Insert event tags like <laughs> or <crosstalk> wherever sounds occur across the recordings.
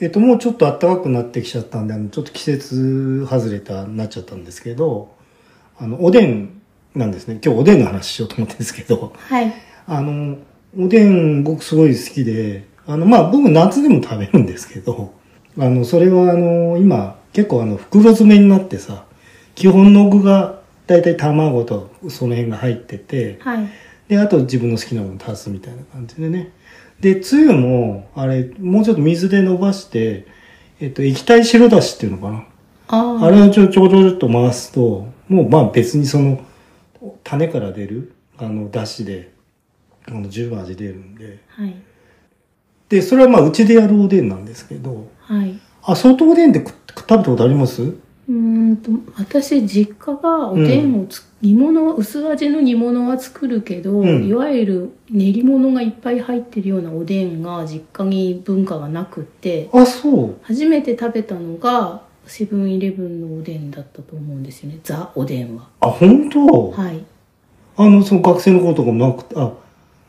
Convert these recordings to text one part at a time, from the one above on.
えっと、もうちょっと暖かくなってきちゃったんで、あの、ちょっと季節外れた、なっちゃったんですけど、あの、おでんなんですね。今日おでんの話しようと思ってるんですけど、 <laughs> はい。あの、おでん僕すごい好きで、あの、まあ、僕夏でも食べるんですけど、あの、それはあの、今、結構あの、袋詰めになってさ、基本の具が、だいたい卵とその辺が入ってて、はい。で、あと自分の好きなもの足すみたいな感じでね。で、つゆも、あれ、もうちょっと水で伸ばして、えっと、液体白だしっていうのかな。ああ。あれをちょ、ちょこちょこっと回すと、もうまあ別にその、種から出る、あの、だしで、あの、十分味出るんで。はい。で、それはまあうちでやるおでんなんですけど、はい。うあ、外おでんって食食べたことありますーんと、私、実家がおでんをつ、煮物は、薄味の煮物は作るけど、うんいわゆる練り物がいっぱい入ってるようなおでんが実家に文化がなくって、あ、そう。初めて食べたのが、セブンイレブンのおでんだったと思うんですよね。ザ・おでんは。あ、本当はい。あの、その学生の子とかもなくて、あ、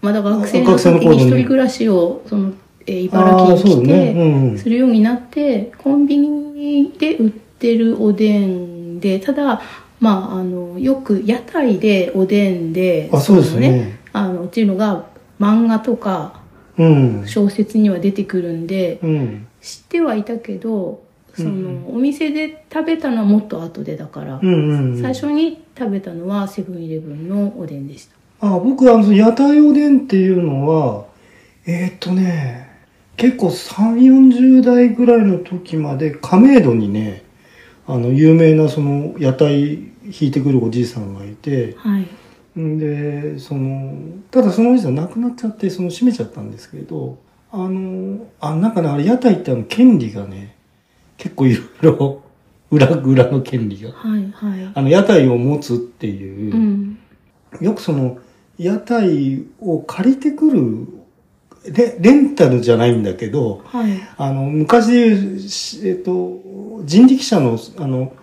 まだ学生の学時生の頃にに一人暮らしを、その、えー茨ああー、城に来て、そうだね。うんうん。するようになってコンビニで売ってるおでんでただまああのよく屋台でおでんであ、そうですのねね。あのっていうのが漫画とかうん。小説には出てくるんでうん。知ってはいたけどその、うんお店で食べたのはもっと後でだから、うんうんうん。最初に食べたのはセブンイレブンのおでんでしたあ、僕、あの、屋台おでんっていうのは、えーっとね、結構3、40代ぐらいの時まで、亀戸にね、あの、有名なその、屋台引いてくるおじいさんがいて、はいんで、その、ただそのおじいさん亡くなっちゃって、その、閉めちゃったんですけど、あの、あ、なんかね、あれ、屋台ってあの、権利がね、結構いろいろ、裏、裏の権利が。はいはいあの、屋台を持つっていう、うんよくその屋台を借りてくるレレンタルじゃないんだけどはいあの昔でいうしえっと、人力車のあの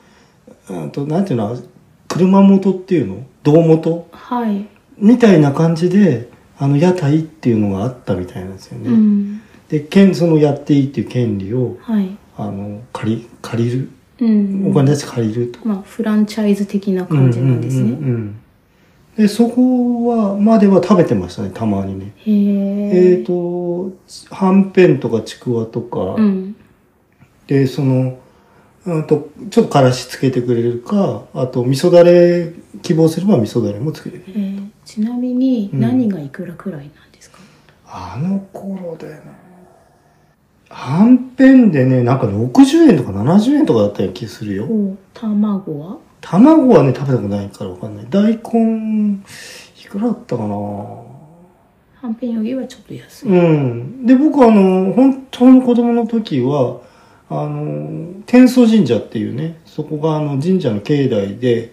うんとなんていうの車元っていうの胴元はい、みたいな感じであの屋台っていうのがあったみたいなんですよね。うんで県そのやっていいっていう権利をはいあの借り借りるうんお金出して借りると。まあ、フランチャイズ的な感じなんですね。うんうんうんうんでそこはまでは食べてましたねたまにね。へええ。っ、とはんぺんとかちくわとか、うん。でそのうんとちょっとからしつけてくれるかあと味噌だれ希望すれば味噌だれもつけてくれるえーちなみにうん何がいくらくらいなんですか、あの頃でねはんぺんでねなんか60円とか70円とかだったような気するよお卵は卵はね食べたことないからわかんない大根いくらだったかなはんぺんよりはちょっと安い。うん。で、僕あの、本当に子供の時は、あの、天祖神社っていうね、そこがあの神社の境内で、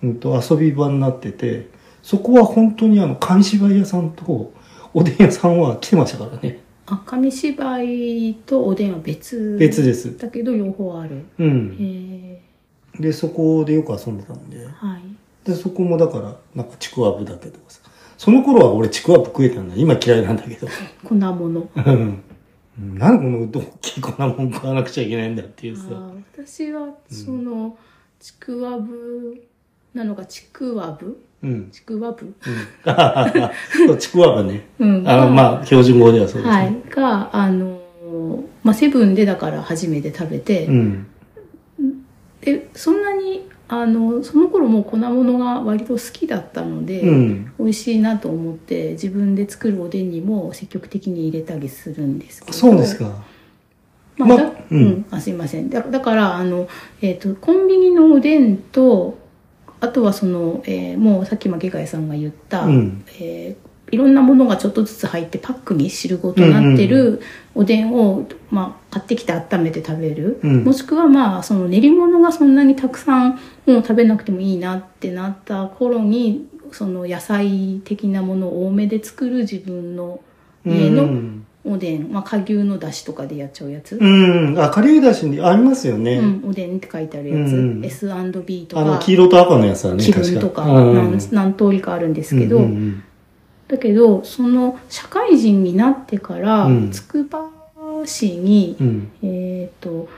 うんと遊び場になってて、そこは本当にあの、紙芝居屋さんと、おでん屋さんは来てましたからね。あ、紙芝居とおでんは別。別です。だけど両方ある。うへん。え。で、そこでよく遊んでたんで。はい。で、そこもだから、なんかちくわぶだけとかさ。その頃は俺ちくわぶ食えたんだ。今嫌いなんだけど。粉物。うん。なんでこの大きいこんなもん食わなくちゃいけないんだっていうあさ。ー私はその、ちくわぶなのかちくわぶうん。ちくわぶうん <laughs> ちくわがね、うん。あの、まあ、標準語ではそうですね。はい、があのーまあセブンでだから初めて食べて、うん。でそんなにあのその頃もう粉物が割と好きだったので、うん。美味しいなと思って自分で作るおでんにも積極的に入れたりするんですけどそうですか。まあだまううんんあすいませんだだからあの、えー、とコンビニのおでんとあとはその、えーもうさっき巻貝さんが言った、うん。えーいろんなものがちょっとずつ入ってパックに汁ごとなってうんるおでんを、まあ、買ってきて温めて食べる、うんもしくはまあその練り物がそんなにたくさんもう食べなくてもいいなってなった頃にその野菜的なものを多めで作る自分の家うのん。おでん、まあ、顆牛のだしとかでやっちゃうやつ、うん。あ、かりゅうだしにありますよね。うんおでんって書いてあるやつ、うん S&B とあの、か黄色と赤のやつはね、気確分かとかうん何,、何通りかあるんですけど。うんうんだけどその社会人になってから、うんつくば市に、うん。えっ、と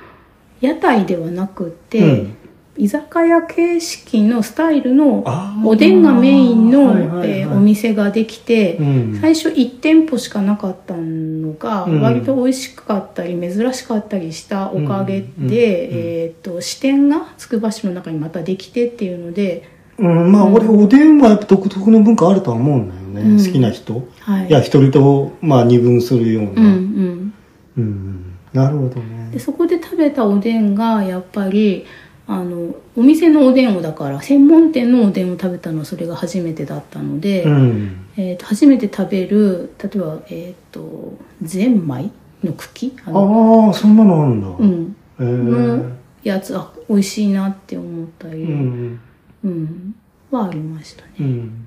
屋台ではなくて、うん居酒屋形式のスタイルのあーおでんがメインの、はいはいはいえーお店ができて、うん。最初1店舗しかなかったのが、うん割と美味しかったり珍しかったりしたおかげうで、んうんうんえー、と支店がつくば市の中にまたできてっていうので、うん、まあ、俺、おでんはやっぱ独特の文化あるとは思うんだよね。うん好きな人。はいいや、一人と、まあ、二分するような。うんうん、うんなるほどでね。そこで食べたおでんがやっぱりあのお店のおでんをだから専門店のおでんを食べたのはそれが初めてだったので、うん。えー、と初めて食べる例えば、えー、とゼンマイの茎あのああ、そんなのあるんだ。うん、へのーやつあ美味しいなって思ったり、うん。うん、はありましたね。うん。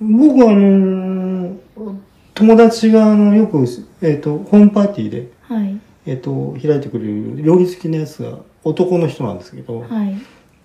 僕は、あのー友達が、あの、よく、えっ、と、ホームパーティーで、はい、えっ、と、開いてくれる料理好きなやつが、男の人なんですけど、はい、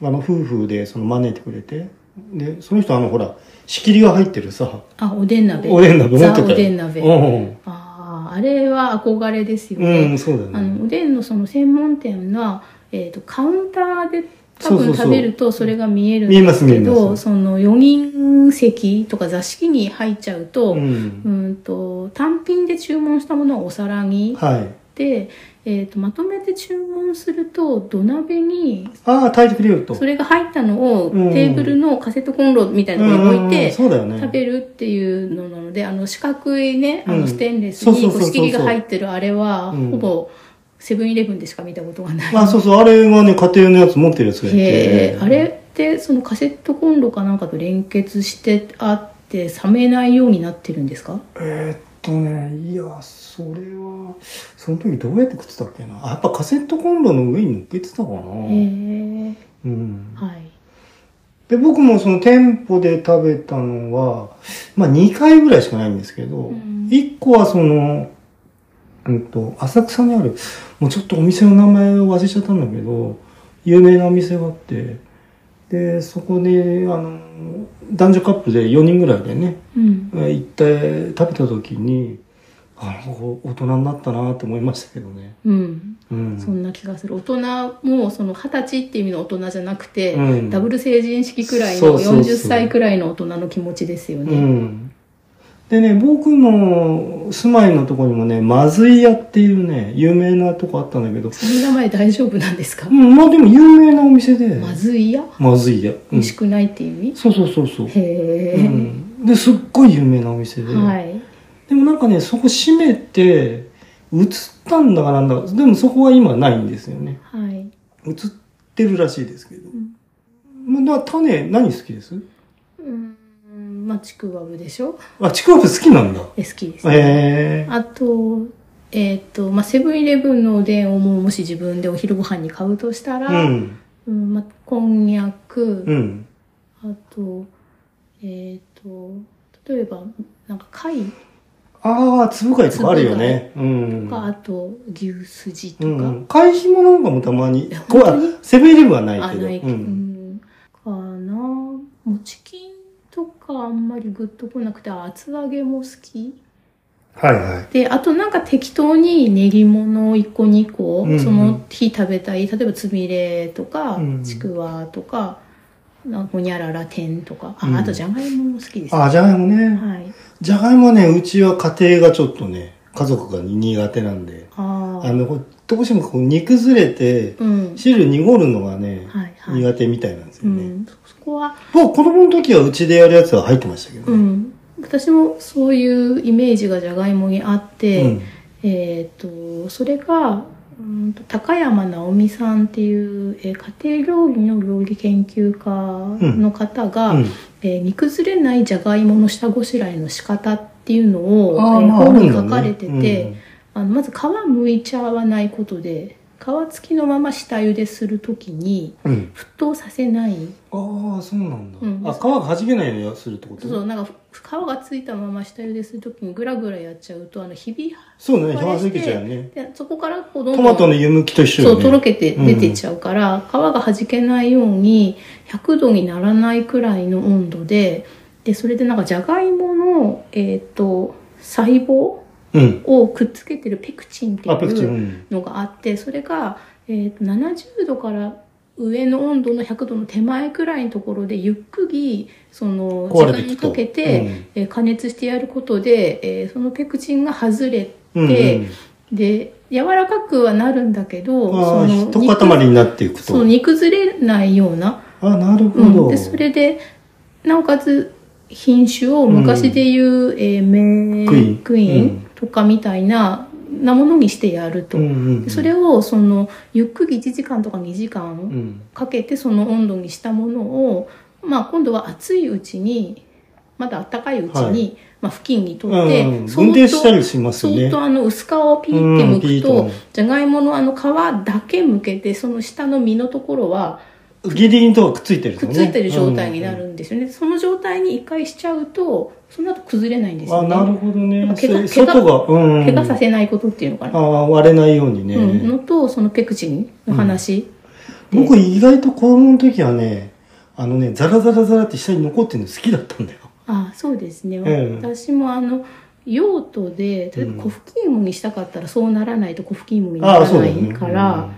あの、夫婦で、その、招いてくれて、で、その人、あの、ほら、仕切りが入ってるさ、あ、おでん鍋。おでん鍋持ザってたよおでん鍋。うんああ、あれは憧れですようん。うねん、。そうだよあね。のおでんのその専門店は、えー、とカウンターで多そうそ分うそう食べるとそれが見えるん見えまですす見えけまどすその4人席とか座敷に入っちゃううと,、うん、ん。と単品で注文したものはお皿にはい。で、えー、とまとめて注文すると土鍋にああ、炊いてくれると。それが入ったのをうんテーブルのカセットコンロみたいなところに置いうんうんうんてそうだよね。食べるっていうのなのであの四角いねあうんのステンレスそうそうにそうこうそう仕切りが入ってるあれはうんほぼセブンイレブンでしか見たことがない。まあそうそう、あれはね、家庭のやつ持ってるやつがいてへ。ーあれってそのカセットコンロかなんかと連結してあって冷めないようになってるんですかえーっとね、いや、それは、その時どうやって食ってたっけな。あやっぱカセットコンロの上に乗っけてたかな。へえうん。はいで、僕もその店舗で食べたのは、まあ2回ぐらいしかないんですけど、うん一1個はその、うんと、浅草にある、もうちょっとお店の名前を忘れちゃったんだけど、有名なお店があって、で、そこで、あの、男女カップルで4人ぐらいでね、うん行って食べた時にあの大人になったなと思いましたけどね、うんうん、そんな気がする大人もその二十歳っていう意味の大人じゃなくて、うんダブル成人式くらいそうのそうそう40歳くらいの大人の気持ちですようね。ん、でね僕の住まいのとこにもねまずい屋っていうね有名なとこあったんだけど、その名前大丈夫なんですかう？ん、まあでも有名なお店でまずいや、まずい屋、美うん、味しくないっていう意味？そうそうそうそう、へうえ、ん、ですっごい有名なお店で、はい。でもなんかねそこ閉めて移ったんだかなんだかでもそこは今ないんですよねはい。映ってるらしいですけど。んまあ、だから種、何好きですうん、まあちくわぶでしょ？あ、ちくわぶ好きなんだ。え好きです。へえあと。えっとまあ、セブンイレブンのおでんをもうもし自分でお昼ご飯に買うとしたら、うん。うんまあ、こんにゃく、うん。あと、えっ、と、例えば、なんか貝ああ、つぶ貝とかあるよね。うとん。か、あと、牛すじとうか、ん。貝ひもなんかもたまに。こ本当わにセブンイレブンはないあけど。ない、う。うんん、かなもちきんとかあんまりグッとこなくて、あ厚揚げも好き。はいはい。で、あとなんか適当に練り物を1個2個、うんうんその日食べたい、例えばつみれとか、うんちくわとか、なんかほにゃらら天とか、うんああとじゃがいもも好きです。あ、じゃがいもね。はい。じゃがいもはね、うちは家庭がちょっとね、家族が苦手なんで。あああ。の、どうしてもこう煮崩れて、うん。汁濁るのがね、はいはい。苦手みたいなんですうよね。ん、そこは、僕、子供の時はうちでやるやつは入ってましたけどうね。ん、私もそういうイメージがじゃがいもにあって、うんえっ、とそれがうんと高山直美さんっていう、えー家庭料理の料理研究家の方が、うんえー煮崩れないじゃがいもの下ごしらえの仕方っていうのを、あーえーまあ本にある書んだかねれてて、あのまず皮むいちゃわないことで皮付きのまま下茹でするときにうん。沸騰させないああ、そうなんだ。うんあ、皮が弾けないようにはするってことそうそうなんか皮がついたまま下茹でするときにグラグラやっちゃうとあのひびそうね、こ皮れがつけちゃうよね。でそこからこうどんトどんマトの湯むきと一緒よそね。うとろけて出てっちゃうから、皮が弾けないように100度にならないくらいの温度ででそれでなんかじゃがいものえっ、と細胞うん。をくっつけてるペクチンっていあ、ペクチン。う。うんのがあってそれが、えー、と70度から上の温度の100度の手前くらいのところでゆっくりその壊れていく時と間をかけて、うんえー加熱してやることで、えーそのペクチンが外れて、うんうん。で柔らかくはなるんだけどああ、一その塊になっていくそとう。煮崩れないような、あ、なるうほん、ど。でそれでなおかつ品種を昔でいう、えーメクイーンークイーうんンとかみたいな,、なものにしてやると。うんうんうん。それをそのゆっくり1時間とか2時う間ん。かけてその温度にしたものを、まあ、今度は熱いうちにまだ暖かいうちに、はいまあ、布巾にとうっんて、うん。分離したりしますよ相ね。当あの薄皮をピーってうん剥ピーくとと、ねじゃがいものあの皮だけ剥けてその下の実のところはギリギリのとこくっついてるくとっねついてる状態になるんですよね、その状態に一回しちゃうとその後崩れないんですあよねなるほどねなんか怪我そう外が、うん、怪我させないことっていうのかあな、あ割れないようにね、うん、のとそのペクチンの話、僕意外と子供の時はねあのねザラザラザラって下に残ってるの好きだったんだよあそうですね、ええ私もあの用途で例えば小吹き芋にしたかったらそうならないと小吹き芋になああらそうなだねいから、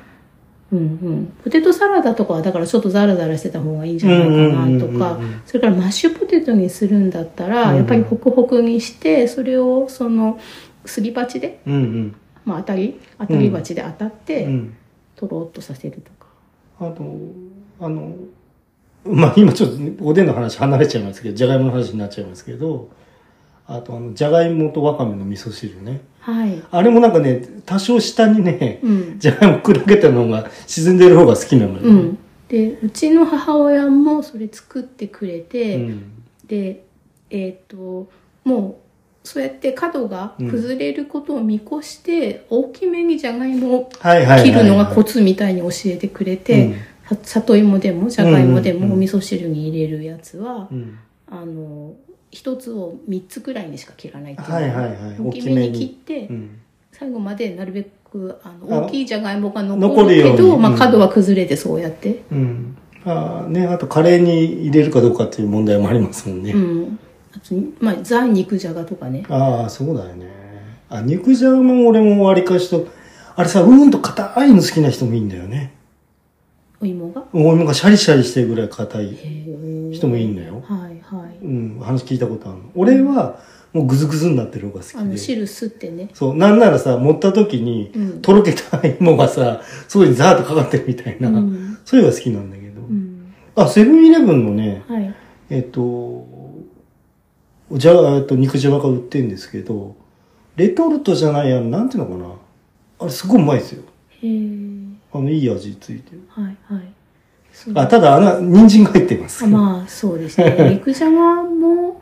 うんうんポテトサラダとかはだからちょっとザラザラしてた方がいいんじゃないかなとうんうんうんかうんうんそれからマッシュポテトにするんだったうんらうんやっぱりホクホクにしてそれをそのすり鉢で、うんうんまあ、当たり当たり鉢で当たっうてんとろっとさせるとか。あとあのまあ今ちょっとおでんの話離れちゃいますけどじゃがいもの話になっちゃいますけどあとあのじゃがいもとわかめの味噌汁ねはい、あれもなんかね多少下にねうんじゃがいも砕けたのが沈んでる方が好きなのよ、うん、でうちの母親もそれ作ってくれて、うんでえっ、ともうそうやって角が崩れることを見越して、大きめにじゃがいもをはいはいはいはい切るのがコツみたいに教えてくれて、うんさ里芋でもじゃがいもでうんうんうもんお味噌汁に入れるやつは、うんあの一つを三つくらいにしか切らないっていうのはいはいはい大きめに切って、うん最後までなるべくああのの大きいじゃがいもが残残るるようけにどうまんあ、角は崩れてそうやって、うんあーね、あとカレーに入れるかどうかっていう問題もありますもんね、うんあとまあ、ザ肉じゃがとかねああそうだよねあ肉じゃがも俺も割りかしとあれさうんと硬いの好きな人もいいんだよねお芋が。お芋がシャリシャリしてるぐらい硬いへー人もいいんだよ、はいはい。うん、話聞いたことあるの俺はもうグズグズになってる方があ好のきで汁吸ってね。そうなんならさ持った時に、うんとろけた芋がさすごいザーッとかかってるみたいな、うんそういうのが好きなんだけど、うん。あセブンイレブンのねはい。えっと、じゃが、えっと、肉じゃがが売ってるんですけど、レトルトじゃない、あの、なんていうのかな。あれ、すごいうまいですよ。へーあの、いい味ついてる。はいはい。そうあ、ただ、あの、人参が入ってます。あまあそうで <laughs> すね。肉じゃがも、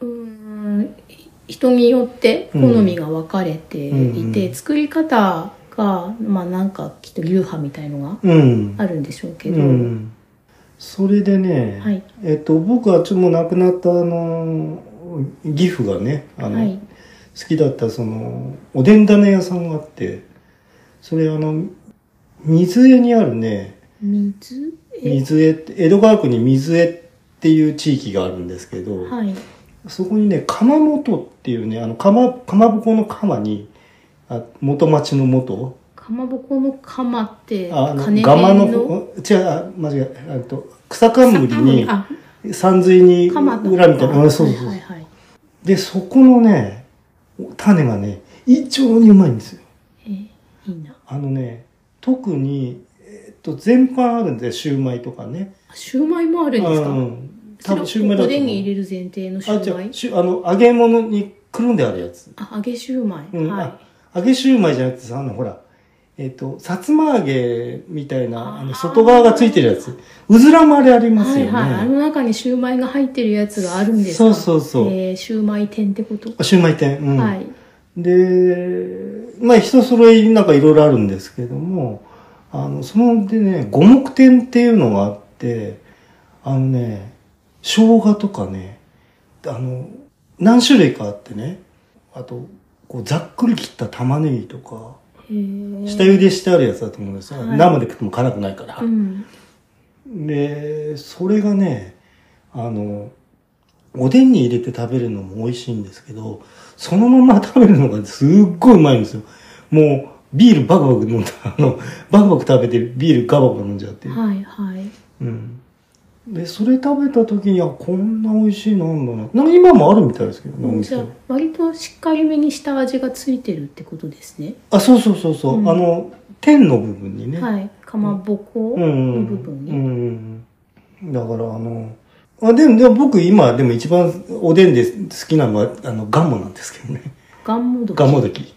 うーん、人によって好みが分かれていて、うん作り方が、まあなんかきっと流派みたいのがうん。あるんでしょうけうど、ん。それでね、はいえっと、僕はちょっともう亡くなった、あの、義父がね、あの、はい。好きだった、その、おでん種屋さんがあって、それ、あの、水江にあるね、水え水江って江戸川区に水江っていう地域があるんですけど、はい。そこにね釜本っていうねあの釜かまぼこの釜にあ元町の元かまぼこの釜って、ああの金ガマの編違うあ間違えあと草冠にあ、山水に釜とか裏みたいなうんそうそうそう、はいはいはい。でそこのね種がね異常にうまいんですよえーいいな。あのね特に、えーっと全般あるんでシューマイとかねあシューマイもあるんですか。うんそ多れ分シューマイだおとでん思にう入れる前提のシあュじーゃマイ。あの揚げ物にくるんであるやつあ、揚げシューマイ。うんはいあ。揚げシューマイじゃなくてさあのほらえっ、とさつま揚げみたいなあのあー外側がついてるやつうずらもあれありますはよいね、はい。あの中にシューマイが入ってるやつがあるんですか。そうそうそうえー、シューマイ店ってこと。あシューマイ店うん、はい。でまあ人揃いなんかいろいろあるんですけどもあのそのでね五目店っていうのがあってあのね生姜とかねあの何種類かあってねあとこうざっくり切った玉ねぎとかへー下茹でしてあるやつだと思うんですよ、はい生で食っても辛くないから、うん。でそれがねあのおでんに入れて食べるのも美味しいんですけど、そのまま食べるのがすっごいうまいんですよ。もう、ビールバクバク飲んだ、あの、バクバク食べてビールガバガバ飲んじゃって。はいはいうん。で、それ食べた時に、あ、こんな美味しいなんだな。なんか今もあるみたいですけどね、おじ店ゃあ割としっかりめに下味がついてるってことですねあ、そうそうそうそう、うんあの、天の部分にね。はいかまぼこうんうんうのん部分うね、んうん。だから、あの、あでも、でも僕今、でも一番おでんで好きなのは、あの、ガンモなんですけどね。ガンモドキガンモドキ。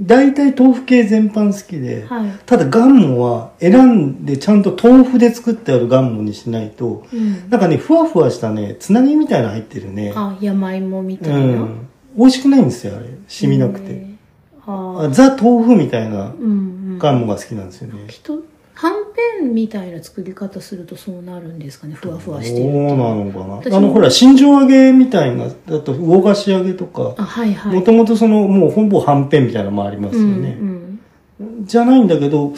大体豆腐系全般好きで、はい、ただガンモは選んでちゃんと豆腐で作ってあるガンモにしないと、うん、なんかね、ふわふわしたね、つなぎみたいなの入ってるね。あ山芋みたういな、ん。美味しくないんですよ、あれ。染みなくて。えーあああザ豆腐みたいなうんうんガンモが好きなんですよね。きっとはんぺんみたいな作り方するとそうなるんですかねふわふわしてそうるなとのか私な。もあの、ほら、新庄揚げみたいな、だと、魚菓子揚げとか、あはいはいもともとその、もうほぼはんぺんみたいなのもありますようんうね。んじゃないんだけど、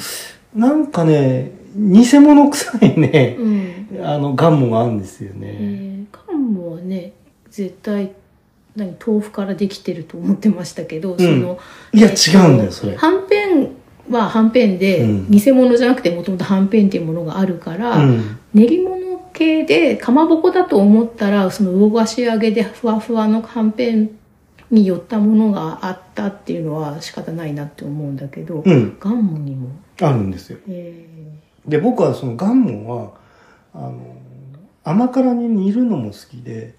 なんかね、偽物臭いね、うんあの、ガンモがあるんですよえね。ー、カンモはね絶対何豆腐からできてると思ってましたけど、んそのいや、えっ違とうんだよ、それ。はんぺんははんぺんで、うん偽物じゃなくてもともとはんぺんっていうものがあるから、うん。練り物系でかまぼこだと思ったらその魚菓子揚げでふわふわのはんぺんに寄ったものがあったっていうのは仕方ないなって思うんだけど、うん。ガンモにも、あるんですよ。えで僕はそのガンモはあの甘辛に煮るのも好きで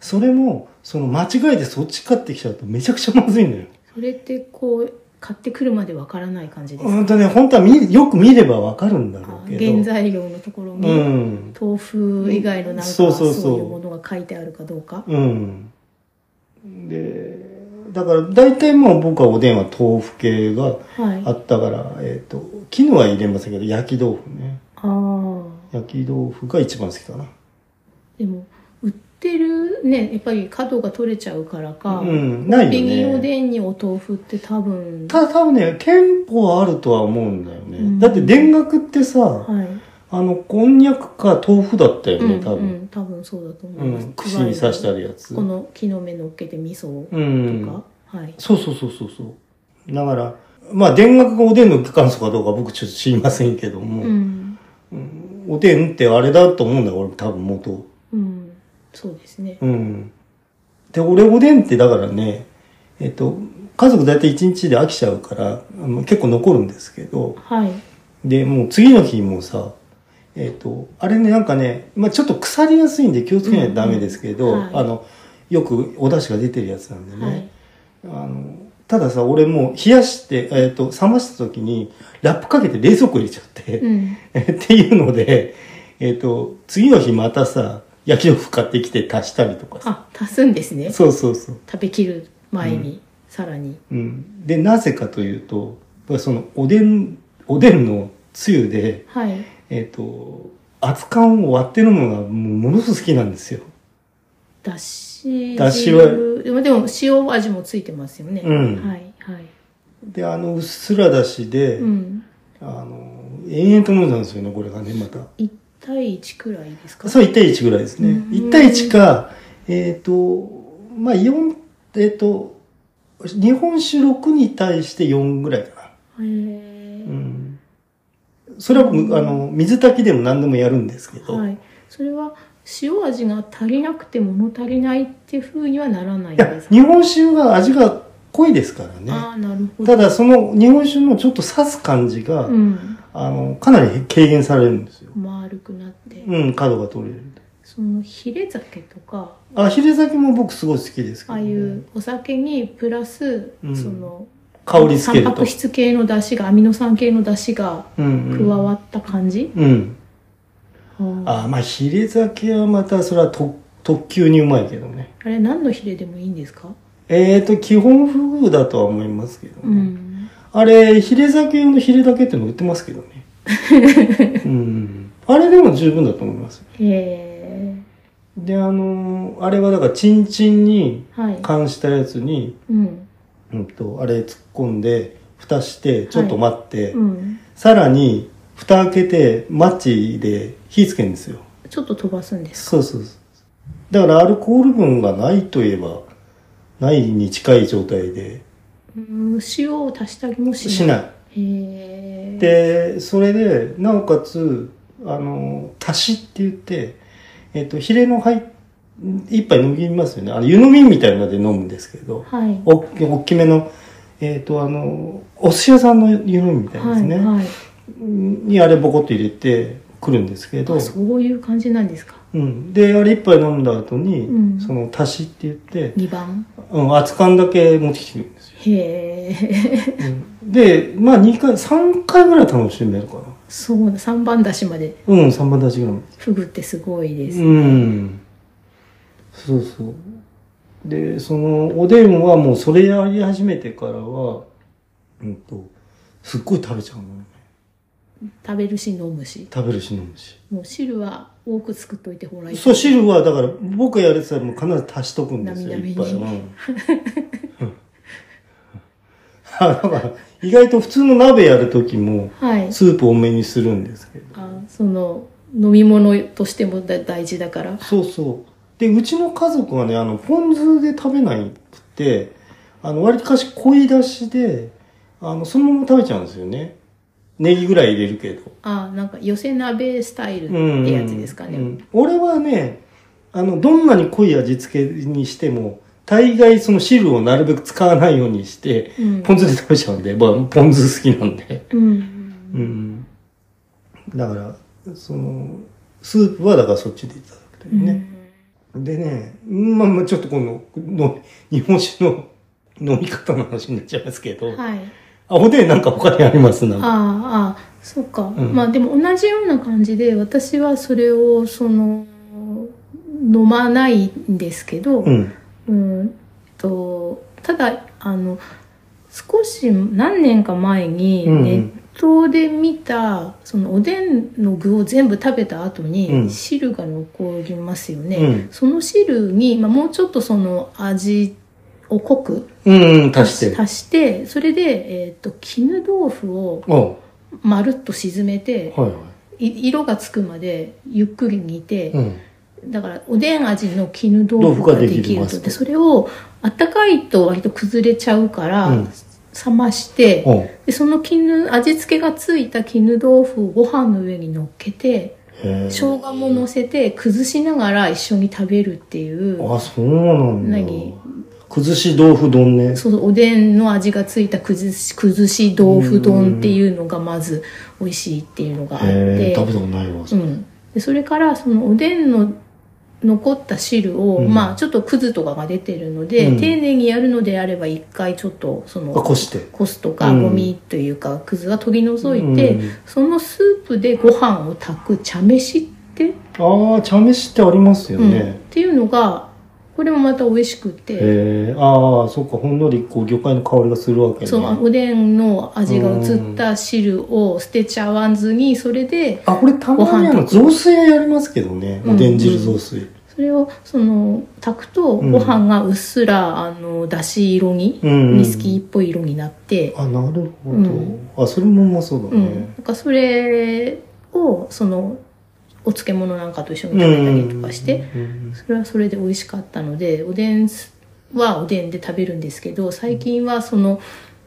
それもその間違えてそっち買ってきちゃうとめちゃくちゃまずいのよ。ーそれってこう買ってくるまでわからない感じですか、うんとね本当は見よく見ればわかるんだろあうけど。原材料のところに、うん豆腐以外のなんかそそううそうそういうものが書いてあるかどうかうん。でだから大体もう僕はおでんは豆腐系がはいああったから、えっ、と絹は入れませんけど焼き豆腐ねあー焼き豆腐が一番好きかな。でも売ってるねやっぱり角が取れちゃうからか、うんないよねコンビニおでんにお豆腐って多分ただ多分ね店舗はあるとは思うんだよね、うんだって田楽ってさ、はいあのこんにゃくか豆腐だったよね多うんう分、ん、多分そうだと思ういんます、串に刺してあいわゆるるやつこの木の芽のっけて味噌うとんか、はいそうそうそうそうそうだからまあ田楽がおでんの元祖かどうか僕ちょっと知りませんけども、うん、おでんってあれだと思うんだよ俺多分元うん、そうですねうんで俺おでんってだからねえっと家族大体一日で飽きちゃうからあの結構残るんですけど、はいで、もう次の日もさ、えっ、と、あれね、なんかね、まあちょっと腐りやすいんで気をつけないとダメですけど、うんうんはいあの、よくお出汁が出てるやつなんでね。はいあの、たださ、俺もう冷やして、えっ、と、冷ました時に、ラップかけて冷蔵庫入れちゃ <laughs> って、うんっていうので、えっ、と、次の日またさ、焼き豆腐買ってきて足したりとかさ。あ足すんですねそうそうそう。食べきる前に、さらにうん。で、なぜかというと、その、おでん、おでんのつゆで、はいえっ、と、熱燗を割ってるのがもうものすごく好きなんですよ。だしだしはでもでも塩味もついてますよね、うんはいはいで、あの、うっすらだしで、うんあの、延々と飲んだんですよね、これがね、また。 1対1くらいですかそう、1対1ぐらいですね。うん1対1か、えっ、と、まあ、4、えっ、と、日本酒6に対して4ぐらいかへな。うえ、ん。それは僕、あの、水炊きでも何でもやるんですけど、、はいいそれは塩味が足りなくて物足りないっていうふうにはならないんやで、すか日本酒が味が濃いですからね。ああなるほたどだ、その日本酒のちょっと刺す感じが、うんあの、かなり軽減されるんですよ。丸くなって、うん、角が取れるんで。そのヒレ酒とかあ、ヒレ酒も僕すごい好きですけあど、あいうお酒にプラス、うんその香りつけるタンパとク。質系の出汁がアミノ酸系の出汁がうんう加ん、わった感じ、うん。はああ、まあ、ヒレ酒はまた、それはと特急にうまいけどね。あれ何のヒレでもいいんですか？えーと、基本フグだとは思いますけど、ねうん。あれ、ヒレ酒用のヒレだけっていうの売ってますけど <laughs> ね。うん。あれでも十分だと思います。へえ。で、あのーあれはだから、チンチンにはい。関したやつに、うん。うんと、あれ突っ込んで、蓋して、ちょっと待って、うん。さらに、蓋開けて、マッチで火つけるんですよ。ちょっと飛ばすんです。そうそうそう。だからアルコール分がないといえば、ないに近い状態でうん塩を足したりもしないしない。へえで、それで、なおかつ、あの、足しって言って、えっと、ヒレの入っ、一杯飲みますよね。あの、湯飲みみたいなので飲むんですけど、はいおっきおっきめの、えっと、あの、お寿司屋さんの湯飲みみたいなですね。はいはいにあれボコッと入れてくるんですけどあ、そういう感じなんですかうん、であれ一杯飲んだ後に、うんその足しって言って、 2番うん、熱燗だけ持ってきてくるんですよ、へえうんでまあ2回3回ぐらい楽しんでるかなそうだ3番出しまでうん3番立ちぐらいフグってすごいです、うんそうそうでそのおでんはもうそれやり始めてからはうんとすっごい食べちゃうのよね食べるし飲むし食べるし飲むしもう汁は多く作っといてほらいいそう、汁は、だから、僕がやるやつはもう必ず足しとくんですよ、い並っぱ々い。にうん <laughs> あだから、意外と普通の鍋やるときも、はいスープ多めにするんですけど。あその飲み物としてもだ大事だからそうそう。で、うちの家族はね、あの、ポン酢で食べないくて、あの、割かし濃い出しで、あの、そのまま食べちゃうんですよね。ネギぐらい入れるけど。あなんか寄せ鍋スタイルってやつですかね、うんうん俺はねあのどんなに濃い味付けにしても大概その汁をなるべく使わないようにして、うんポン酢で食べちゃうんで、まあ、ポン酢好きなんで、うんうん、だからそのスープはだからそっちでいただくというね、でねまあまあちょっとこのの日本酒の飲み方の話になっちゃいますけど、うんあはいおでんなんか他にありますなんかああああそうか、んまあでも同じような感じで私はそれをその飲まないんですけど、うんうんとただあの少し何年か前にうんうんネットで見た、そのおでんの具を全部食べた後うんに汁が残りますよね、うんその汁に、まあ、もうちょっとその味を濃くうんうん足してる足してそれで、えー、と絹豆腐をおまるっと沈めてはいはい色がつくまでゆっくり煮て、い、うんだからおでん味の絹豆腐ができ豆腐ができまるすととでそれをあったかいと割と崩れちゃうから、うん冷ましておでその絹味付けがついた絹豆腐をご飯の上に乗っけてへー生姜も乗せて崩しながら一緒に食べるっていうあ、そうなんだ。何崩し豆腐丼ね。そうそうおでんの味がついた崩し崩し豆腐丼っていうのがまず美味しいっていうのがあっへえ、て食べたことないわ。うん、でそれからそのおでんの残った汁を、うんまあちょっとくずとかが出てるので、うん丁寧にやるのであれば一回ちょっとそあ、のこして。コスとかうんゴミというかくずは取り除いて、うんそのスープでご飯を炊く茶飯って、ああ、茶飯ってありますようんっね。ていうのがこれもまた美味しくて、へえ、ああ、そっか、ほんのりこう魚介の香りがするわけね。そのおでんの味が移った汁を捨てちゃわずにそれであ、これたまにあごの、飯と雑炊やりますけどね。うんおでん汁雑炊。それをその炊くとうんご飯がうっすらあのだし色に、うんウイスキーっぽい色になって、あ、なるほうんど。あ、それもうまそううだんね。なんかそれをそのお漬物なんかと一緒に食べたりとかして、うんそれはそれで美味しかったのでおでんはおでんで食べるんですけど最近はその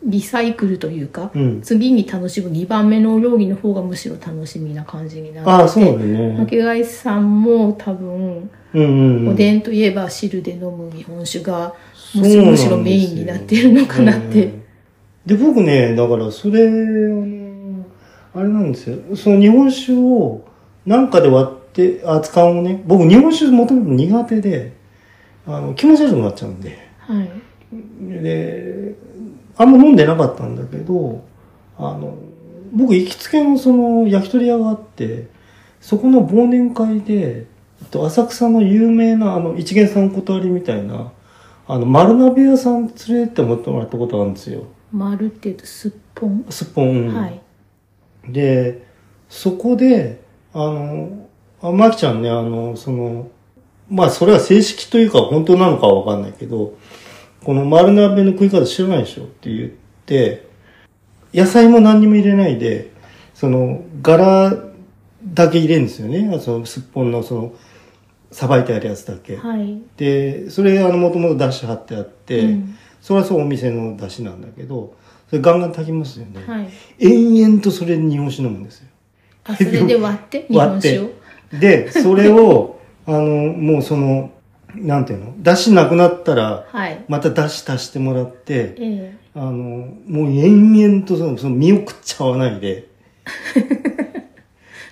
リサイクルというか、うん次に楽しむ2番目のお料理の方がむしろ楽しみな感じになってああ、そうだね。巻貝さんも多分うんうんうおん。でんといえば汁で飲む日本酒がそうむなんですよしむしろメインになってるのかなって、うんで僕ねだからそれあのあれなんですよその日本酒をなんかで割って扱うをね僕日本酒もともと苦手であの気持ち悪くなっちゃうんではいであんま飲んでなかったんだけどあの僕行きつけのその焼き鳥屋があってそこの忘年会でえっと浅草の有名なあの一元さん断りみたいなあの丸鍋屋さん連れてってもらったことあるんですよ丸っていうとすっぽん、すっぽん、はいでそこであのあまきちゃんねあのそのまあそれは正式というか本当なのかは分かんないけどこの丸鍋の食い方知らないでしょって言って野菜も何にも入れないでその柄だけ入れるんですよねそのすっぽんのそのさばいてあるやつだけ、はいでそれあのもともと出汁張ってあって、うんそれはそうお店の出汁なんだけどそれガンガン炊きますよね、はい延々とそれ日本酒飲むんですよ <laughs> あそれで割って日割本って酒をでそれ <laughs> をあのもうそのなんていうの出汁なくなったらはいまた出汁足してもらってええあの、もう延々とその、その身を食っちゃわないで。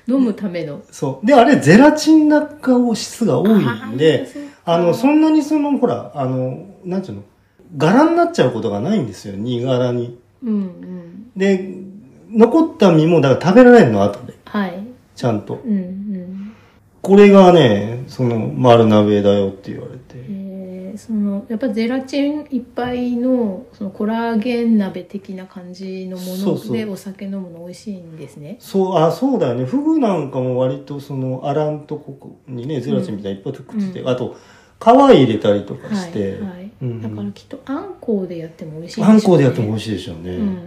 飲むためのそう。で、あれ、ゼラチン落下を質が多いんで、あの、そんんなにその、ほら、あの、なんていうの、柄になっちゃうことがないんですよ、煮柄に。うんうんで、残った身も、だから食べられるの、後で。はいちゃんと。うんうんこれがね、その、丸鍋だよって言われて。えーそのやっぱゼラチンいっぱいのそのコラーゲン鍋的な感じのもそうそのうでお酒飲むの美味しいんですね。そう、あ、そうだよね。フグなんかも割とその、アランとここにね、ゼラチンみたいにいっぱいくっついて、うんあと、皮入れたりとかはして、い、はいうんうんだからきっとあんこうでやっても美味しいあんこうでやっても美味し味しいでしょうね。いうん、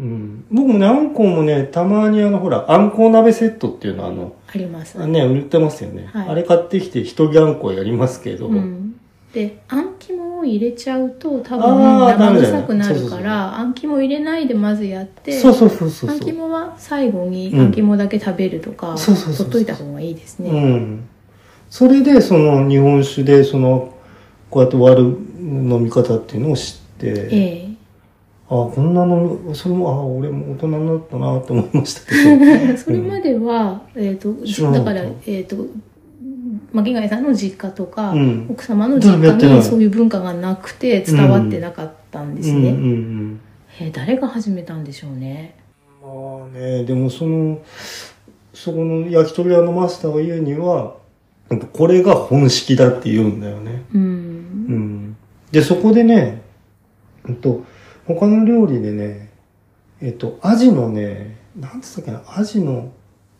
うん僕もね、あんこうもね、たまにあの、ほら、あんこう鍋セットっていうのあの、あります。ね、売ってますよね。はいあれ買ってきて、一人あんこうやりますけど、うん、であん肝を入れちゃうと多分あーダ生メだよね臭くなそうるそうかそうらあん肝入れないでまずやってそうそうそうそうあんそう。肝は最後にうんあん肝だけ食べるとか、そうそうそうそう取っといた方がいいですね。うん。それで、その、日本酒で、その、こうやって割る飲み方っていうのを知って、ええあ、こんな飲み、それも、あ、俺も大人になったなと思いましたけそれま <laughs> では、えっ、知と、らなだかかったら、えっ、と、巻貝さんの実家とか、うん奥様の実誰もや家ってないにそういう文化がなくて伝わってなかったんでど。すね。うんうんうん。えー誰が始めたんでしょうね。まあね、でもその、そこの焼き鳥屋のマスターが言うには、やっぱこれが本式だって言うんだよね。う。うんん。で、そこでね、えっと、他の料理でね、えっと、アジのね、なんつったっけな、アジの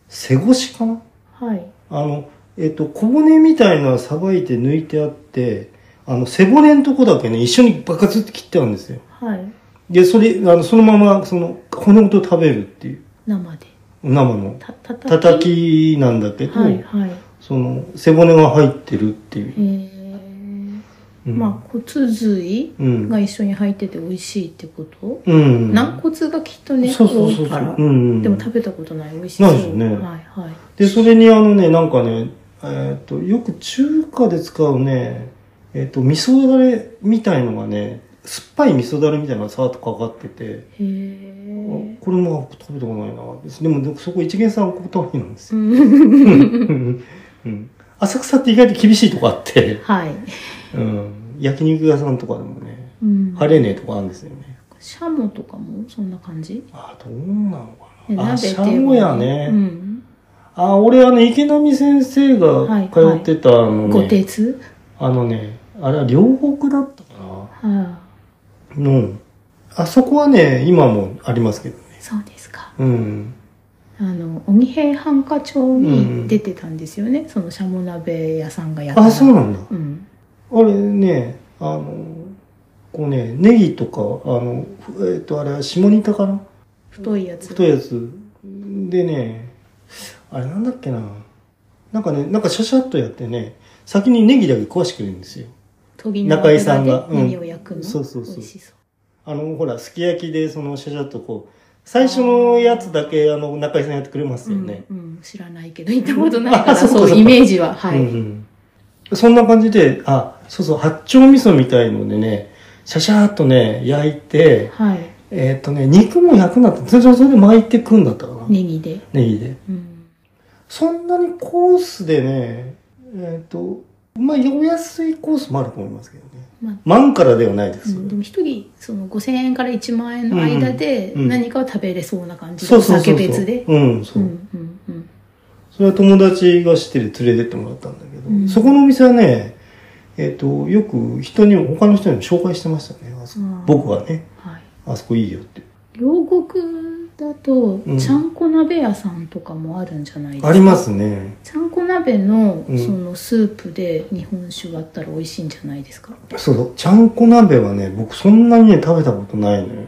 背ごしかなはい。あの、えっと、小骨みたいなのさばいて抜いてあって、あの、背骨のとこだけね、一緒にバカツって切ってあるんですよ。はい。で、それ、あの、そのまま、その、骨ごと食べるっていう、生で。生の。た、たたき。叩きなんだけど、はい、はい。その背骨が入ってるっていうえ、ーうんまあ、骨髄うんが一緒に入ってて美味しいってこと、うん軟骨がきっとね、そうそうそう多いから、うんうんでも食べたことない美味しそう。ないですよねはい、はい。でそれにあのねなんかねえーっとよく中華で使うねえーっと味噌だれみたいのがね酸っぱい味噌だれみたいなのがさーっとかかってて、へえ。これも食べたことないなでもでもそこ一元さんここ食べなんですよ、 <laughs> うん、浅草って意外と厳しいとこあって、はい。うん、焼肉屋さんとかでもねうん入れねえとこあるんですよねシャモとかもそんな感じあどうなのかえなあ鍋シっていうャのはモやね、うん。あ俺あの池波先生はがい通ってたあのね、ご鉄あのねあれは両国だったかはなうんあそこはね今もありますけどねあ。そうですか。うんあの、鬼平繁華町に出てたんですよね。そのシャモ鍋屋さんがやってた。あそうなんだうん。あれねあのこうねネギとかあのふえっ、とあれは下仁田かな太いやつ。太いやつでねあれなんだっけななんかねなんかシャシャっとやってね先にネギだけ詳しく言うんですよ鳥中井さんがネギを焼くうんの。そうそうそう美味しそう。あの、ほら、すき焼きで、その、シャシャっとこう、最初のやつだけ、あの、中井さんやってくれますよね。うんうん、知らないけど行ったことないかあらそうかそうそうかイメージはうはんい、うんそんな感じで、あ、そうそう、八丁味噌みたいのでね、シャシャーっとね、焼いて、はいえっ、とね、肉も焼くなって、それそれで巻いてくんだったかな。ネギで、ネギで。うん、そんなにコースでね、えっ、と、まあ、お安いコースもあると思いますけどね。まあ万からではないです。うんでも一人その5,000円から1万円の間でうんうん何かを食べれそうな感じで、そうおそうそうそ酒う。別で。うん、そうう。んうんうんそれは友達が知ってて連れてってもらったんだけど、うんそこのお店はね、えっとよく人にも他の人にも紹介してましたねあそこうん僕はねはい、あそこいいよって両国だとうんちゃんこ鍋屋さんとかもあるんじゃないですかありますねちゃんこ鍋のうんそのスープで日本酒割ったら美味しいんじゃないですか、そうそうちゃんこ鍋はね僕そんなにね食べたことないのよ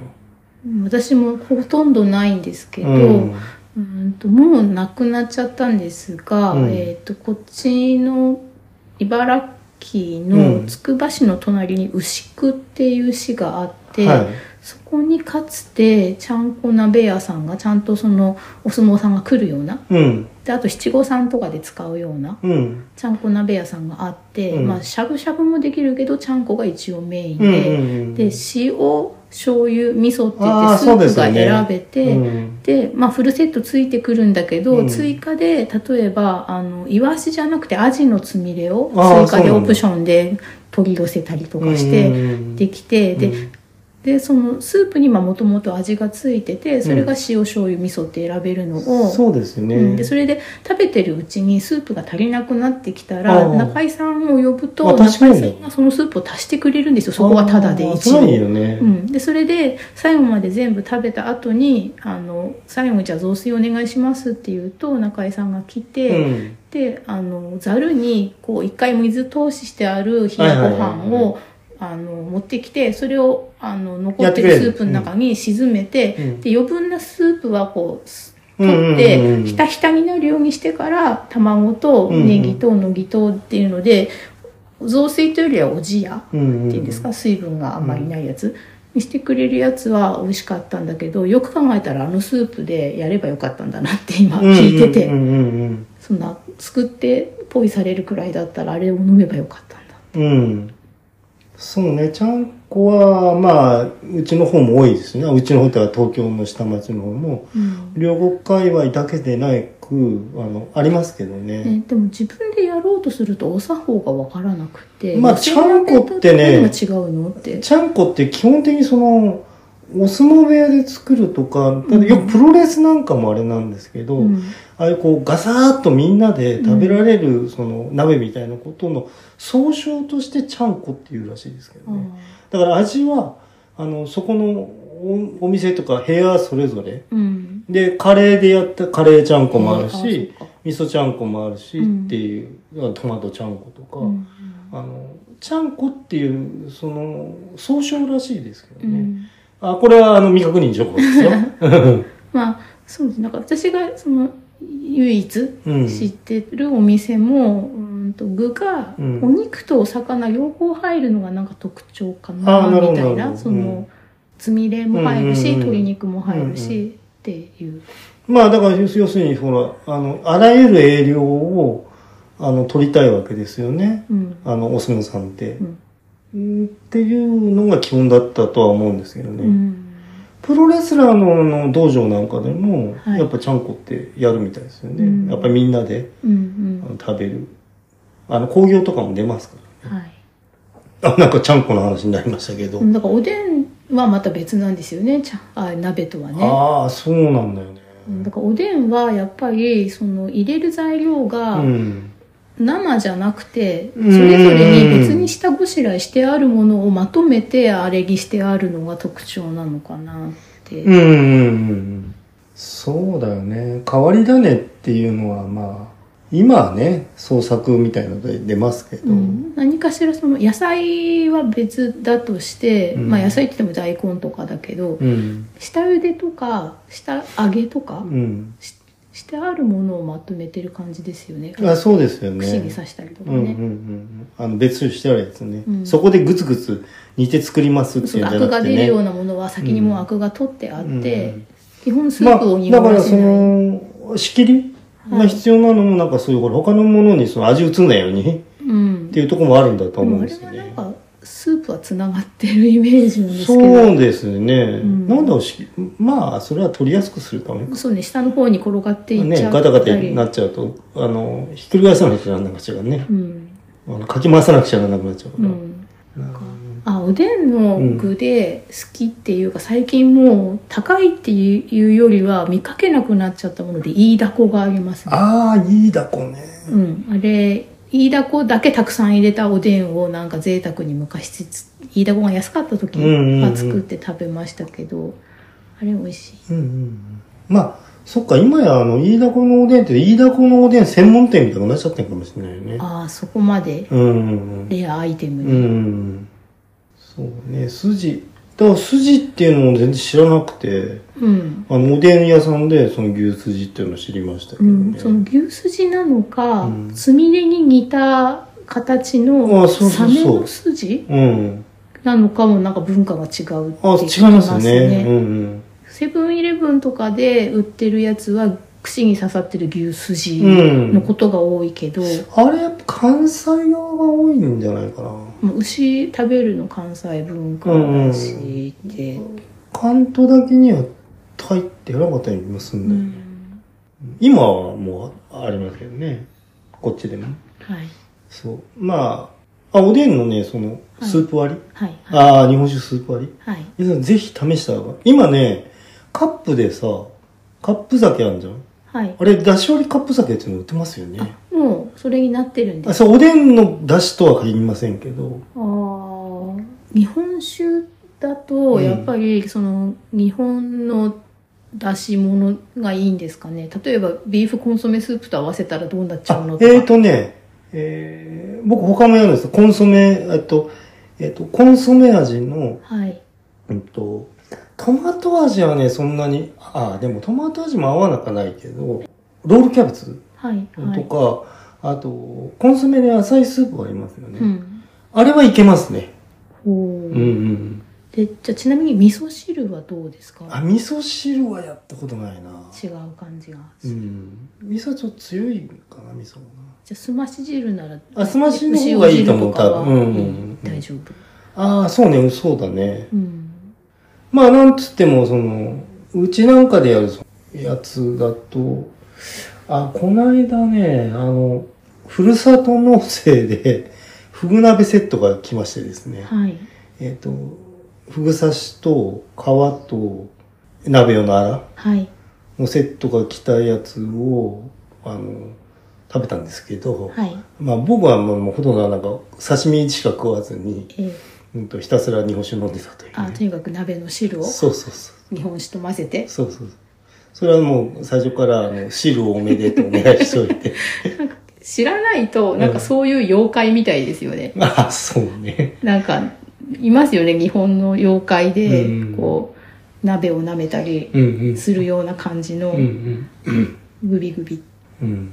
うん私もほとんどないんですけど、うんうーんともうなくなっちゃったんですが、うんえっとこっちの茨城うんのつくば市の隣に牛久っていう市があって、はい。そこにかつてちゃんこ鍋屋さんがちゃんとそのお相撲さんが来るようなうん。であと七五三とかで使うようなうん。ちゃんこ鍋屋さんがあって、うんまあしゃぶしゃぶもできるけどちゃんこが一応メイうンん。で、うん。で塩醤油味噌って言あーってスーそうでプすよがね選べて。うん。で、まあ、フルセットついてくるんだけど、うん追加で例えばあのイワシじゃなくてアジのつみれをあー追加そうでなんオだプションで取り寄せたりとかしうんうてんうんできて、でうんでそのスープにもともと味がついててそれが塩醤油味噌って選べるのを、そうですね。うんでそれで食べてるうちにスープが足りなくなってきたらあー中井さんを呼ぶとあ中井確かさにんがそのスープを足してくれるんですよそこはタダであー一そ応ういいよねう。ん、でそれで最後まで全部食べた後にあの最後にじゃあ雑炊お願いしますって言うと中井さんが来うて、ん。であのざるにこう一回水通ししてある冷やごはいはい飯はいをあの持ってきてそれをあの残やっっててくれるるスープの中に沈めて、うんで余分なスープはこうすうんうんうんうん取ってひたひたになるようにしてから卵とネギとのぎとっていうので、雑炊というよりはおじや。うん。っていうんですか水分があんまりないやつ、にしてくれるやつは美味しかったんだけどよく考えたらあのスープでやればよかったんだなって今うんうん聞いてて、うんうんそんな作ってポイされるくらいだったらあれを飲めばよかったんだうん。うん。そうね、ちゃんこは、まあ、うちの方も多いですね。うちの方っては東京の下町の方も、うん両国界隈だけでなく、あの、ありますけどね。ね、でも自分でやろうとするとお作法が分からなくてまあちゃんこってね寄せ鍋と何が違うのってちゃんこって基本的にその、お相撲部屋で作るとか、ただよくプロレスなんかもあれなんですけど、うんああいうこうガサーッとみんなで食べられるその鍋みたいなことの総称としてちゃんこっていうらしいですけどね。だから味は、あの、そこのおお店とか部屋それぞれ。うんで、カレーでやったカレーちゃんこもあるしあ、そうか味噌ちゃんこもあるしうんっていう、トマトちゃんことか、うんあの、ちゃんこっていう、その、総称らしいですけどうね。んあ、これはあの未確認情報です <laughs> よ。まあそうですなんか私がその唯一うん。知ってるお店も、うん、と具がうんお肉とお魚両方入るのがなんか特徴かなあーなるほどみたいなるなほどそうんのつみれも入るうんうんし、うん鶏肉も入るし、うんっていうまあだから要す要するにほらあのあらゆる栄養をあの取りたいわけですよねうんあのお相撲さんってう、んうんっていうのが基本だったとは思うんですけどうね、んプロレスラーのあの道場なんかでも、はいやっぱちゃんこってやるみたいですよね、うんやっぱりみんなでうあんの食べるあの興行とかも出ますか <laughs> うんはいらあなんかちゃんこの話になりましたけど、うんだからおでんはまた別なんですよねちゃあ鍋とはねああそうなんだよねうんだからおでんはやっぱりその入れる材料が、うん生じゃなくてそうんれぞれに別に下ごしらえしてあるものをまとめてあれぎしてあるのが特徴なのかなって、うんうんうんうんそうだよね変わり種っていうのはまあ今はね創作みたいなので出ますけど、うん何かしらその野菜は別だとして、うんまあ野菜って言っても大根とかだけど、うん下茹でとか下揚げとか、うんししてあるものをまとめてる感じですよねあそうですよね串に刺したりとかうんうんうね、んあの別種してあるやつね、うんそこでグツグツ煮て作りますってそいうんのじゃアクながく出てるようねなものは先にもうアクが取ってあって、うん基本スまープをあ濁だかららせそない、の仕切りが必要なのもなんかそういうほら他のものにその味移んないようにうんっていうところもあるんだとで思もうんあでれすよはね。なんかスープはつながってるイメージなんですけどそうですね。んなんだろうし、まあ、それは取りやすくするためか。そうね下の方に転がっていっちゃね、っガタガタたり、になっちゃうと、あの、ひっくり返さなくちゃならなくちゃからね。うん、あのかき回さなくちゃならなくなっちゃうかうら。なん、んかあおでんの具で好きっていうか、最近もう高いっていうよりは見かけなくなっちゃったものでイイダコがありますねああ、いいだこね。うん、あれイイダコだけたくさん入れたおでんをなんか贅沢に昔しつつイイダコが安かった時は作って食べましたけど、あれ美味しいうんうんうん。まあ、そっか、今や、あの、いいだこのおでんって、いいだこのおでん専門店みたいになっちゃってるかもしれないよね。ああそこまでうんうんうん。レアアイテムうに、ん。そうね、筋、だから筋っていうのも全然知らなくて、うんあの、おでん屋さんでその牛すじっていうのを知りましたけうどね。ん、その牛すじなのか、うんつみれに似た形あのそうそサうそうメの筋うん。なのかもなんか文化が違うってあ、違い聞きますね。うんうん。セブンイレブンとかで売ってるやつは串に刺さってる牛すじうんのことが多いけど、あれ、やっぱ関西側が多いんじゃないかな。まあ牛食べるの関西文化だしで、関東だけには入ってなかったような気がするんうだよね。ん今はもうありますけどね。こっちでも。はいそう。まあ、あ、おでんのね、その、はいスープ割り、はいはいああ、日本酒スープ割りはい皆さんぜひ試した方が。今ね、カップでさ、カップ酒あるじゃん。はいあれ、だし割りカップ酒っていうの売ってますよね。もうそれになってるんであすそう、おでんのだしとは限りませんけど。あー日本酒だとうんやっぱりその日本の出し物がいいんですかね例えばビーフコンソメスープと合わせたらどうなっちゃうのあとかえー、とね、えー、僕他もやるんですよコンソメ、えっと、えっと、コンソメ味の、はいうんと、トマト味はね、そんなに、ああ、でもトマト味も合わなくはないけど、ロールキャベツはいはといか、あと、コンソメで浅いスープがありますよね。うんあれはいけますね。ほううんうん。でじゃあちなみに味噌汁はどうですあ、か味噌汁はやったことないな。違う感じが、うん。味噌ちょっと強いかな、味噌がじゃあすまし汁ならな。あ、すましの方がいいと思う、多牛汁とかは分。うんうんうん大丈夫ああ、そうね、そうだね。うんまあ、なんつっても、その、うちなんかでやるそのやつだと、あ、こないだね、あの、ふるさと納税で、ふぐ鍋セットが来ましてですね。はいえっ、と、ふぐ刺しと皮と鍋用のあらはいのセットが来たやつを、あの、食べたんですけど、はいまあ僕はもうもうほとんどなんか刺身しか食わずに、えーうん、とひたすら日本酒飲んでたという、あとね。にかく鍋の汁をそうそうそう。日本酒と混ぜてそうそうそう。それはもう最初からあの汁をおめでとうお願いしといて。 <laughs> 知らないとなんかそういう妖怪みたいですよね、あ、そうね。なんかいますよね日本の妖怪でうんこう鍋を舐めたりうんうん。するような感じのうんうん。うんグビグビうん。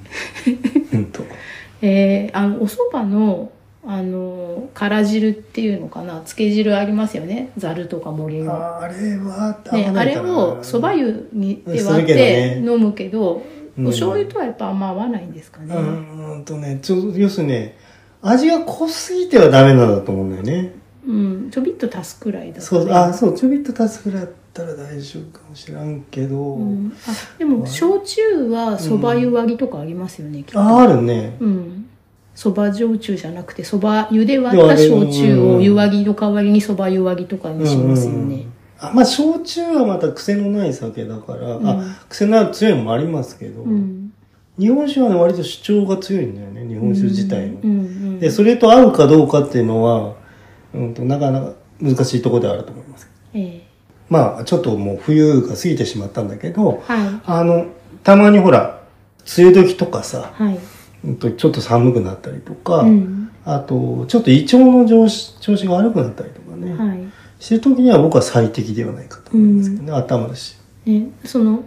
うんと。えーあのお蕎麦のあの辛汁っていうのかな漬け汁ありますよねざるとか盛りの。あれは、ね、あれをそば湯。湯にです割るっけどてね飲むけどうんお醤油とはやっぱあんま合わないんですかね、うんうんとね、ちょ要するにね、味が濃すぎてはダメなんだと思うんだよね。うん、ちょびっと足すくらいだとそう、ねあ、そう、ちょびっと足すぐらいだったら大丈夫かもしらんけど、うん、あでも焼酎はそば湯割りとかありますよね、きっあ、とあるね。うんそば焼酎じゃなくてそば湯で割った焼酎を湯割りの代わりにそば湯割りとかにしますようね、んうんうんあまあ、焼酎はまた癖のない酒だから、うんあ、癖のある強いのもありますけど、うん日本酒はね、割と主張が強いんだよね、日本酒自体の。うんうんで、それと合うかどうかっていうのは、うんと、なかなか難しいところではあると思います。えまあ、ちょっともう冬が過ぎてしまったんだけどえ、はあの、たまにほら、梅雨時とかさ、いはい、うんとちょっと寒くなったりとか、うんあと、ちょっと胃腸の調子調子が悪くなったりとかね、はいしてる時には僕は最適ではないかと思いますけどね、頭だし。ね、その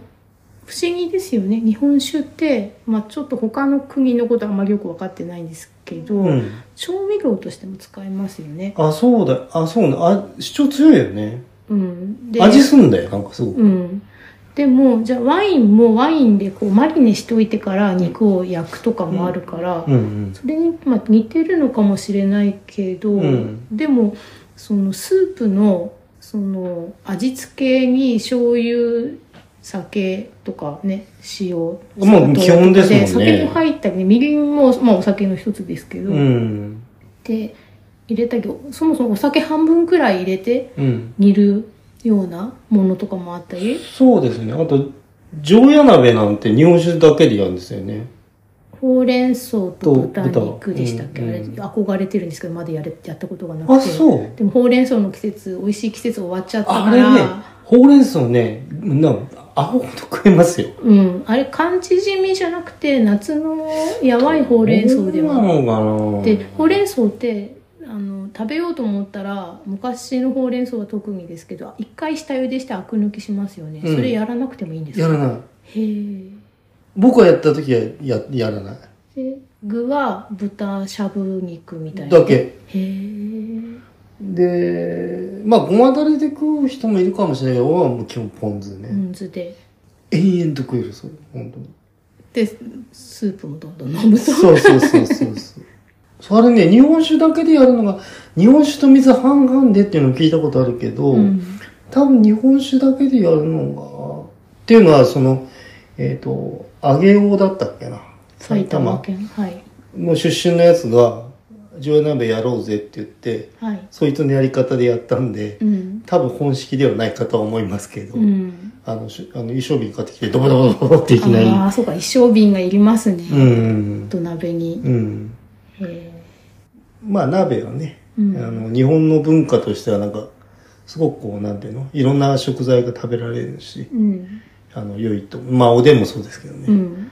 不思議ですよね日本酒って、まあ、ちょっと他の国のことはあまりよく分かってないんですけど、うん。調味料としても使えますよね。あ、そうだ、あ、そうだ、あ、主張強いよね。うん、で味すんだよ、なんかすごく。うん、でもじゃあワインもワインでこうマリネしといてから肉を焼くとかもあるから、うんうん。それに、まあ、似てるのかもしれないけど、うんでもそのスープのその味付けに醤油酒とかね塩もう砂糖基本ですもんね酒も入ったりねみりんも、まあ、お酒の一つですけど、うん。で入れたけどそもそもお酒半分くらい入れてうん。煮るようなものとかもあったりそうですね。あと、常夜鍋なんて日本酒だけでやるんですよね。ほうれん草と豚と豚肉でしたっけ、うんあれ憧れてるんですけどまだやれやったことがなくてあ、そう。でもほうれん草の季節美味しい季節終わっちゃったあかれらね、ほうれん草ね、なんか、アホほど食えますよ。うん、あれ寒縮みじゃなくて夏のやばいほうれん草ではどうなのかなでほうれん草ってあの食べようと思ったら昔のほうれん草は特にですけど一回下茹でしてアク抜きしますよね、うんそれやらなくてもいいんですやからないへえ僕はやった時はややらないで具は豚しゃぶ肉みたいなだけへえでまあごまだれで食う人もいるかもしれないけど俺はもう基本ポン酢ね、ポン酢で延々と食えるそれ本当にでスープもどんどん飲むとそうそうそうそうそう。それね、日本酒だけでやるのが、日本酒と水半々でっていうのを聞いたことあるけど、うん多分日本酒だけでやるのが、っていうのはその、えっ、と、揚げ王だったっけな。埼玉県はいの出身のやつが、上鍋やろうぜって言って、はいそいつのやり方でやったんで、うん多分本式ではないかとは思いますけど、うんあの、しあの、衣装瓶買ってきて、ドボドボドボっていきなり。ああそうか一生瓶がいりますね、うん。土鍋に、うん。へえまあ鍋はね、うんあの日本の文化としてはなんかすごくこうなんていうのいろんな食材が食べられるしうんあの良いとまあおでんもそうですけどうね、んうん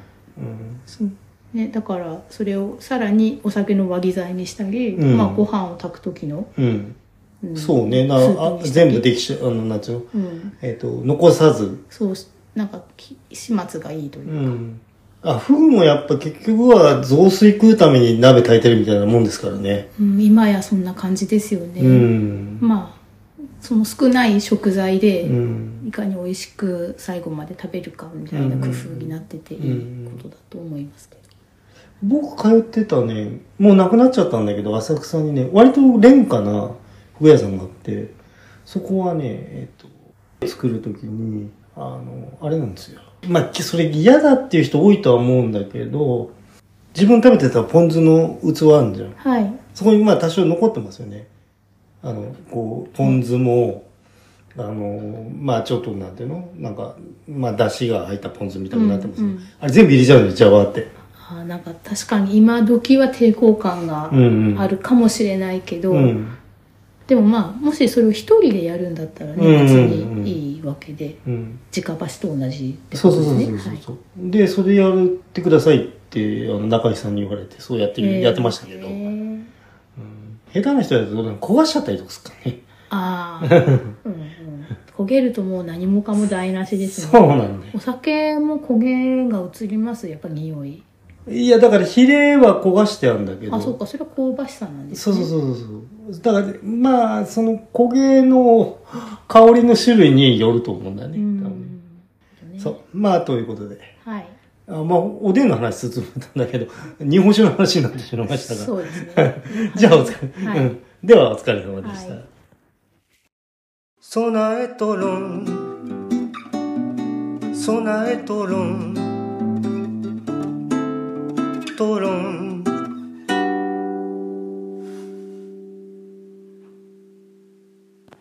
そうね、だからそれをさらにお酒の割り剤にしたり、うんまあ、ご飯を炊く時の、うんんそうねなスープあにしたり全部できちゃうあのなんていうの、うん、えっと残さず、そうしなんかき始末がいいというう、ん、あフグもやっぱ結局は雑炊食うために鍋炊いてるみたいなもんですからね、うん今やそんな感じですよね、うんまあその少ない食材で、うんいかに美味しく最後まで食べるかみたいな工夫になってていいことだと思いますけど、僕通ってたねもうなくなっちゃったんだけど浅草にね割と廉価な服屋さんがあってそこはねえっと作る時にあのあれなんですよまあきそれ嫌だっていう人多いとは思うんだけど自分食べてたポン酢の器あるじゃんはいそこにまあ多少残ってますよねあのこうポン酢も、あのまあちょっとなんていうのなんかまあ出汁が入ったポン酢みたいになってますよ、うんうんあれ全部入れちゃうんでジャワーってあーなんか確かに今時は抵抗感がうんうんあるかもしれないけど、うんでもまあもしそれを一人でやるんだったらねうんうんうん別にいいわけでうん直箸と同じってそこうとそうでそすうねそうそうそう、でそれやってくださいってあの中井さんに言われてそうやってる、はいやってましたけど、えーうん下手な人だと焦がしちゃったりとかするからねああ、 <laughs> うんうん、焦げるともう何もかも台無しです <laughs> ねそうなんだよお酒も焦げが移りますやっぱ匂いいやだからヒレは焦がしてあるんだけどあそうかそれは香ばしさなんですそうねそうそうそうだからまあその焦げの香りの種類によると思うんだよね,、ん多分ねねそうまあということではいあまあおでんの話進めたんだけど日本酒の話になってしまいましたがそうですね <laughs> じゃあお疲れ、はいうん、ではお疲れ様でした。はい備えとろん備えとろんとろん